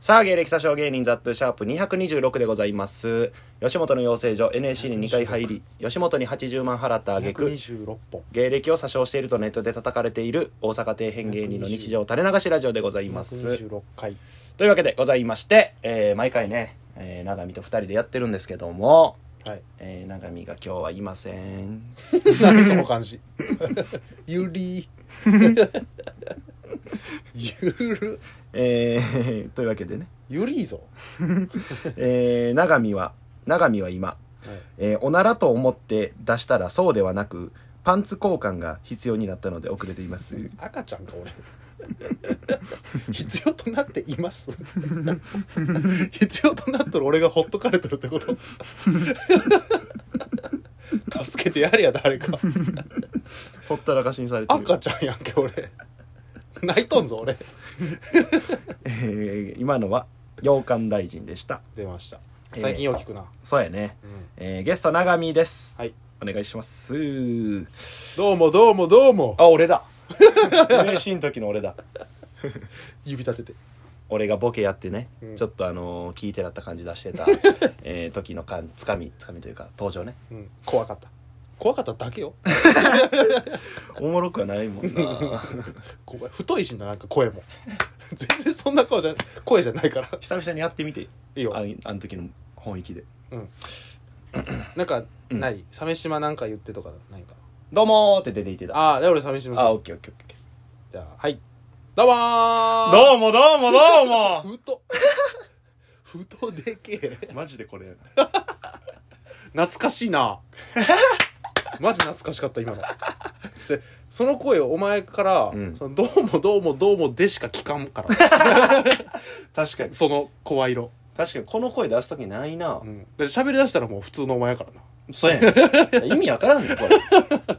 さあ、芸歴詐称芸人ザットゥシャープ226でございます。吉本の養成所 NSC に2回入り、吉本に80万払った挙句、 126本芸歴を詐称しているとネットで叩かれている大阪底辺芸人の日常垂れ流しラジオでございます。 126回というわけでございまして、えー毎回ね、えー、長見と2人でやってるんですけども、 はいえー、長見が今日はいません。何その 感じゆりゆるえー、 というわけでね、ゆりーぞ、えー、長見は、長見は今、えーおならと思って出したらそうではなくパンツ交換が必要になったので遅れています赤ちゃんか俺必要となっています必要となっとる俺がほっとかれてるってこと助けてやれや誰かほったらかしにされてる赤ちゃんやんけ俺泣いとんぞ俺えー今のは洋館大臣でした出ましたえー最近よく聞くな、そうやね、うんえーゲスト長見ですはいお願いしますどうもどうもどうもあ 俺だ嬉しい時の俺だ指立てて俺がボケやってね、うんちょっとあのー聞いてらった感じ出して た、えー時のかんつかみつかみというか登場ねうん、怖かった怖かっただ けよおもろくはないもんなごめん太いしななんか声も 全然そんな顔じゃ声じゃないから 久々にやってみていいいよあんあの時の本域でうんなんかうんない、鮫島なんか言ってとかないかどうもーって出ていってた。あ、ああで俺鮫島さんオッケーオッケーオッケー。じゃあはいどうもーどうもどうもどうもふ とふとでけえ マジでこれやな。懐かし いなマジ懐かしかった今のでその声をお前から、うんそのどうもどうもどうもでしか聞かんから 確かに。その声色確かに、この声出すときないなう。んで喋り出したらもう普通のお前やからなそうやねん。意味わからんねん、これ。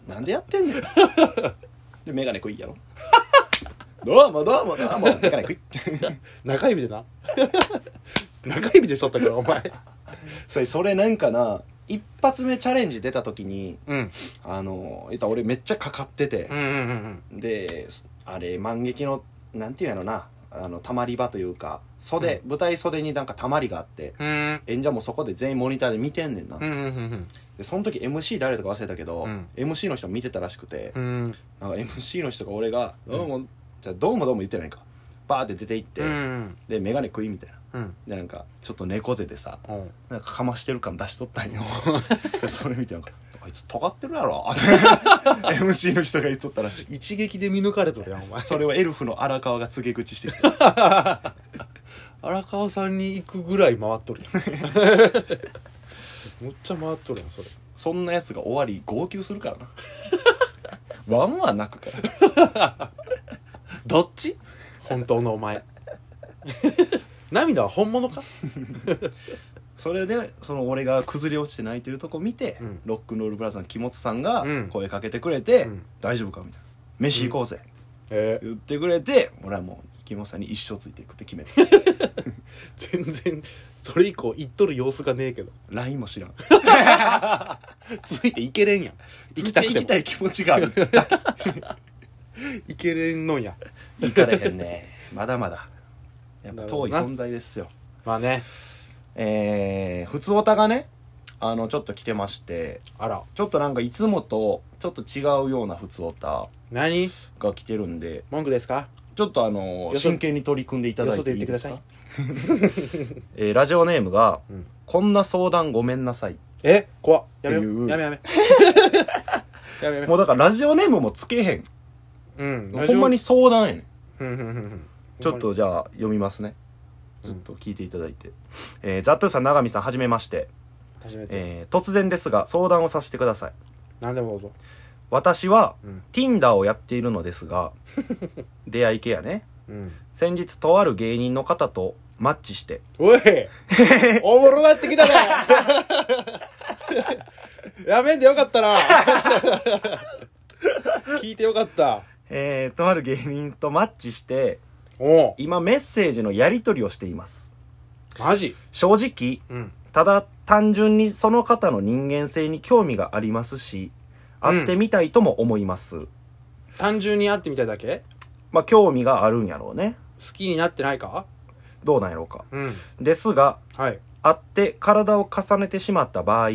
なんでやってんねん。で、メガネ食いやろ。どうもどうもどうも。メガネ食い。中指でな中指で剃ったからお前それ、それなんかな、一発目チャレンジ出たときに、うんあの、えっと俺めっちゃかかっててうん、うんうんで、あれ、万劇の、なんていうんやろな、あの、たまり場というか、袖、舞台袖になんかたまりがあって、うんうん演者もそこで全員モニターで見てんねんな、うんうんうんでその時 MC 誰とか忘れたけど、うん MC の人見てたらしくて、うんなんか MC の人が俺が「どうも、じゃあどうもどうも」言ってないかバーって出て行って、うんで眼鏡食いみたいなうんでなんかちょっと猫背でさなんかかましてる感出しとった んよでそれ見てなんか「あいつ尖ってるやろ」 って MC の人が言っとったらしい一撃で見抜かれとるやんお前それはエルフの荒川が告げ口してきた荒川さんに行くぐらい回っとるやんむっちゃ回っとるやんそれそんなやつが終わり号泣する からなワンワン泣くからどっち本当のお前涙は本物かそれでその俺が崩れ落ちて泣いてるとこ見て、うんロックンロールブラザーの木本さんがうん声かけてくれて「うん大丈夫か?」みたいな「飯行こうぜ」え言ってくれて俺はもう木本さんに一生ついていくって決め て全然それ以降行っとる様子がねえけど LINE も知らんついていけれんやん行きたくついていきてもたい気持ちがあ るいけれんのんや行かれへんねまだまだやっぱ遠いなるほどな存在ですよまあねえー、普通オタがねあのちょっと来てましてあらちょっとなんかいつもとちょっと違うような普通オタ何が来てるんで文句ですかちょっとあのよそ真剣に取り組んでいただいていいですよか えーラジオネームが、うんこんな相談ごめんなさい」え怖っやめよっていううやめ やめやめやめもうだからラジオネームもつけへんうんほんまに相談やねんうんうんうんうんちょっほんまにとじゃあ読みますねうずんっと聞いていただいて、えーザットゥーさん永見さんはじめまして、初めてえー突然ですが相談をさせてください何でもどうぞ私は、うん Tinder をやっているのです が出会い系やねうん先日とある芸人の方とマッチしておい おもろなってき たねやめんでよかったな 聞いてよかったえーとある芸人とマッチしておう今メッセージのやり取りをしていますマジ正直うんただ単純にその方の人間性に興味がありますし会ってみたいとも思います、単純に会ってみたいだけまあ興味があるんやろうね好きになってないかどうなんやろうか。うんですが、はい会って体を重ねてしまった場合、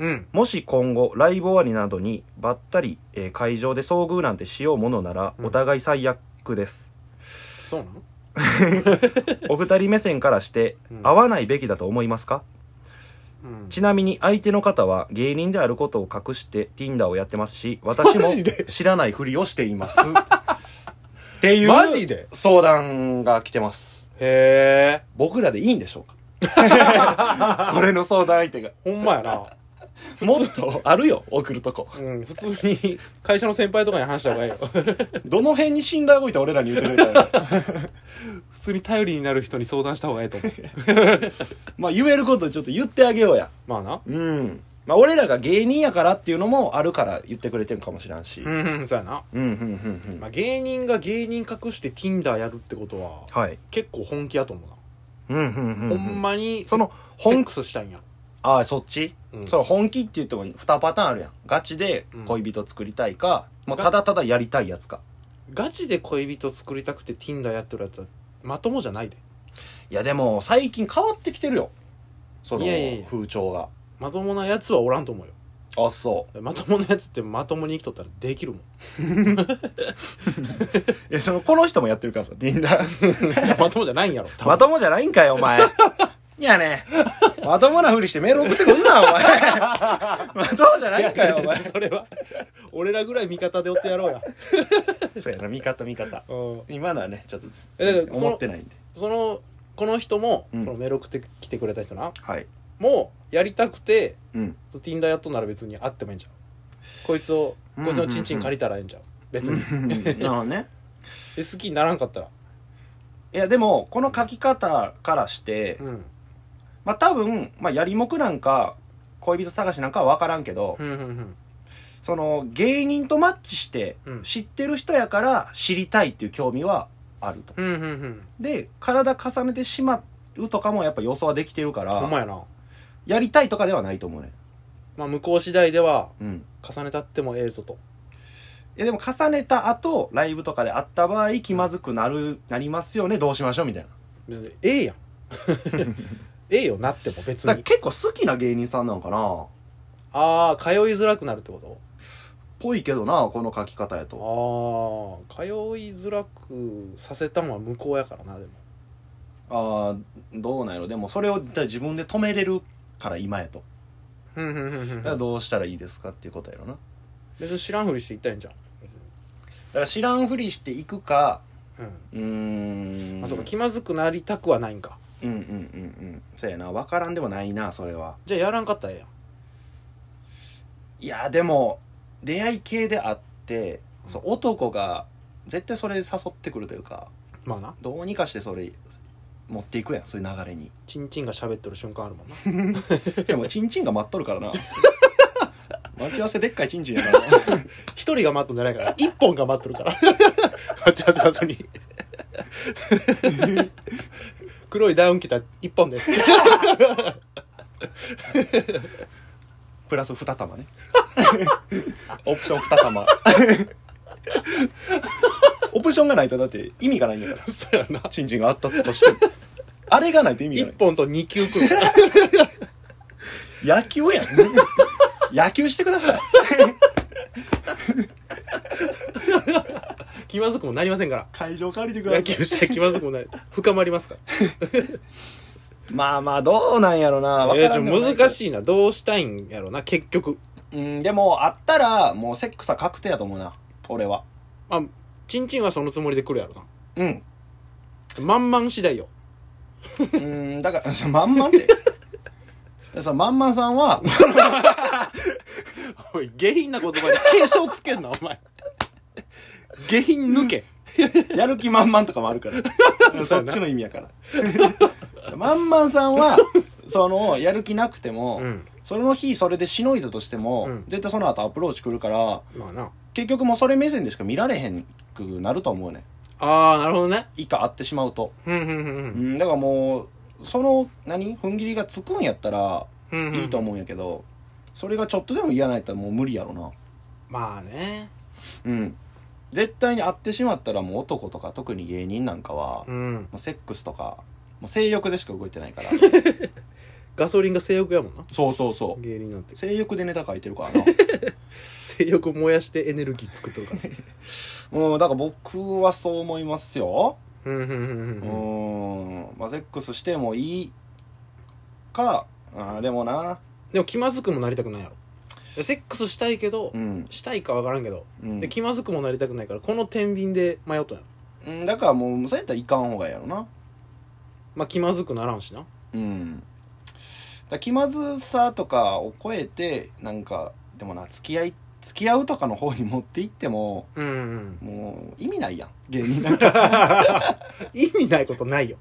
うんもし今後、ライブ終わりなどにばったり、えー会場で遭遇なんてしようものなら、うんお互い最悪です。そうなのお二人目線からしてうん、会わないべきだと思いますかうんちなみに相手の方は芸人であることを隠して Tinder をやってますし、私マもジで知らないふりをしてい ます。っていうマジで相談が来てます。へえ僕らでいいんでしょうか これの相談相手が。ほんまやなもっとあるよ、送るとこ。うん普通に会社の先輩とかに話した方がいいよどの辺に信頼を置いて俺らに言うてるみたいな。 普通に頼りになる人に相談した方がいいと思うまあ言えることちょっと言ってあげようや。まあなうん。まあ俺らが芸人やからっていうのもあるから言ってくれてるかもしらんし。うん、うんうんそうやな、うん、うん、うん。まあ、芸人が芸人隠して Tinder やるってことははい。結構本気やと思うな、うん、うん、うん。ほんまにその、セ本ックスしたいんやああそっち、うんその本気っていうところに2パターンあるやんガチで恋人作りたいか、もうただただやりたいやつかガチで恋人作りたくて Tinder やってるやつはまともじゃないでいやでも最近変わってきてるよそのいやいやいや風潮がまともなやつはおらんと思うよあそまともなやつってまともに生きとったらできるもんうえそのこの人もやってるからさ Tinder い やまともじゃないんやろ多分まともじゃないんかよお 前いやねまともなふりしてメール送ってくんなお前 まともじゃないいやんかよちょおちょ前ちょそれは俺らぐらい味方でおってやろうや、そうやな味方味方 うん、今のはねちょっとえだからその思ってないんでそのこの人も、うんこのメール送ってきてくれた人なはいもうやりたくてうんそう Tinder やっとんなら別に会ってもいいんちゃうこいつをこいつのチンチン借りたらええんちゃう別に なるほどねで好きにならんかったらいやでもこの書き方からして、うんまあ多分、まあ、やりもくなんか恋人探しなんかは分からんけど、うんうんその芸人とマッチしてうん知ってる人やから知りたいっていう興味はあるとうんうんうんうんで体重ねてしまうとかもやっぱ予想はできてるかほんまらやなやりたいとかではないと思うねまあ向こう次第ではうん重ねたってもええぞといやでも重ねた後ライブとかで会った場合気まずくなるなりますよねどうしましょうみたいな別にええやん ええよなっても別だからに結構好きな芸人さんなんかなああ通いづらくなるってことぽいけどなこの書き方やとああ通いづらくさせたんは向こうやからなでもああどうなんやろでもそれをだから自分で止めれるから今やとふんふんふんふんだからどうしたらいいですかっていうことやろなだ別に知らんふりしていったらいいんじゃん別にから知らんふりしていくかうんうーんあそうか気まずくなりたくはないんかうんうんうんうんそうやな分からんでもないなそれはじゃあやらんかったらええやんいやでも出会い系であってそう男が絶対それ誘ってくるというかまあなどうにかしてそれ持っていくやんそう いう流れにチンチンが喋ってる瞬間あるもんな でもチンチンが待っとるからな 待ち合わせでっかいチンチンやな一人が待っとんじゃない から一本が待っとるから待ち合わせ場所に 黒いダウン着た一本ですプラス2玉ね オプション2玉 オプションがないとだって意味がないんだから そうやなチンチンがあったとしてもあれがないと意味が一ない本と二球くる 野球やん 野球してください気まずくもなりません から会場借りてくださ野い球したら気まずくもない深まりますから まあまあどうなんやろな分いやからちんょでもないけど難しいなどうしたいんやろな結局うんでもあったらもうセックスは確定やと思うな俺はまあチンチンはそのつもりで来るやろなうんまんまん次第ようんだから まんまんでそのまんまんさんはおい下品な言葉で警鐘つけんなお前下品抜け やる気満々とかもあるからそっちの意味やから 満々さんはそのやる気なくても、うんそれの日それでしのいだとしても、うん絶対その後アプローチ来るからまあな結局もうそれ目線でしか見られへんくなると思うねああなるほどね一回会ってしまうと、ふんふんふうんん、だからもうその何踏ん切りがつくんやったらふんいいと思うんやけど、それがちょっとでも嫌なんやったらもう無理やろなまあねうん絶対に会ってしまったらもう男とか特に芸人なんかはう、んもうセックスとかもう性欲でしか動いてない からガソリンが性欲やもんなそうそうそ芸人なんてう性欲でネタ書いてるから な性欲を燃やしてエネルギー作ってるからうんだから僕はそう思いますようんうんうんううんんまあセックスしてもいいかあーでもなでも気まずくもなりたくないやろいやセックスしたいけど、うん、したいかわからんけど、うんで気まずくもなりたくないからこの天秤で迷っとんやろうんだからもうそうやったらいかん方がいいやろなまあ気まずくならんしなうんだから気まずさとかを超えてなんかでもな付き合い付き合うとかの方に持っていってもうん、うん、もう意味ないやん芸人 なんか意味ないことないよ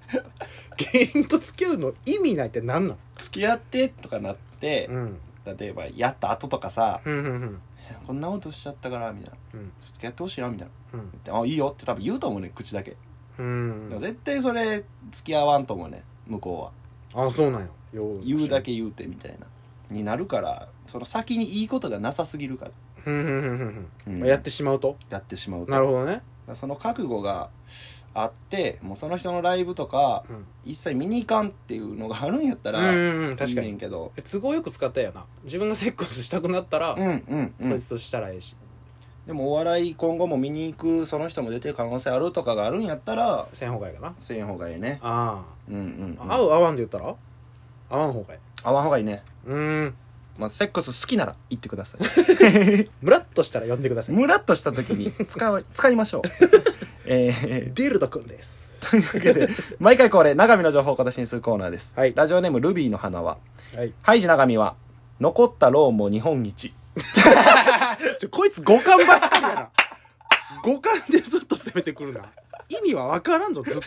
芸人と付き合うの意味ないってなんなん付き合ってとかなってうん例えばやった後とかさうんうんうん「こんなことしちゃったから」みたいなうん「付き合ってほしいな」みたいなうん言ってあ「いいよ」って多分言うと思うね口だけうんでも絶対それ付き合わんと思うね向こうはあそうなんやよ言うだけ言うてみたいなになるからその先にいいことがなさすぎるから、うんうんうんうんうんうんまあやってしまうとやってしまうとなるほどねだからその覚悟があってもうその人のライブとかうん一切見に行かんっていうのがあるんやったら、うんうんうん確かいいねんにけど都合よく使ったらやな自分がセックスしたくなったらうんうん、うそんい、つとしたらええしでもお笑い今後も見に行くその人も出てる可能性あるとかがあるんやったらせんほうがええかなせん方がええねあうんうん、あうん、合う合わんで言ったら合わんほうがえ合わん方がいいねえうんまあセックス好きなら行ってくださ ムラっとしたら呼んでくだいさいムラっとした時に使い使いましょう えー、ビルドくんですというわけで、毎回恒例、長見の情報を形にするコーナーです。はいラジオネーム、ルビーの花は、はいハイジ長見は、残ったローンも日本一。ちょこいつ五感ばっかりやな五感でずっと攻めてくるな意味は分からんぞずっと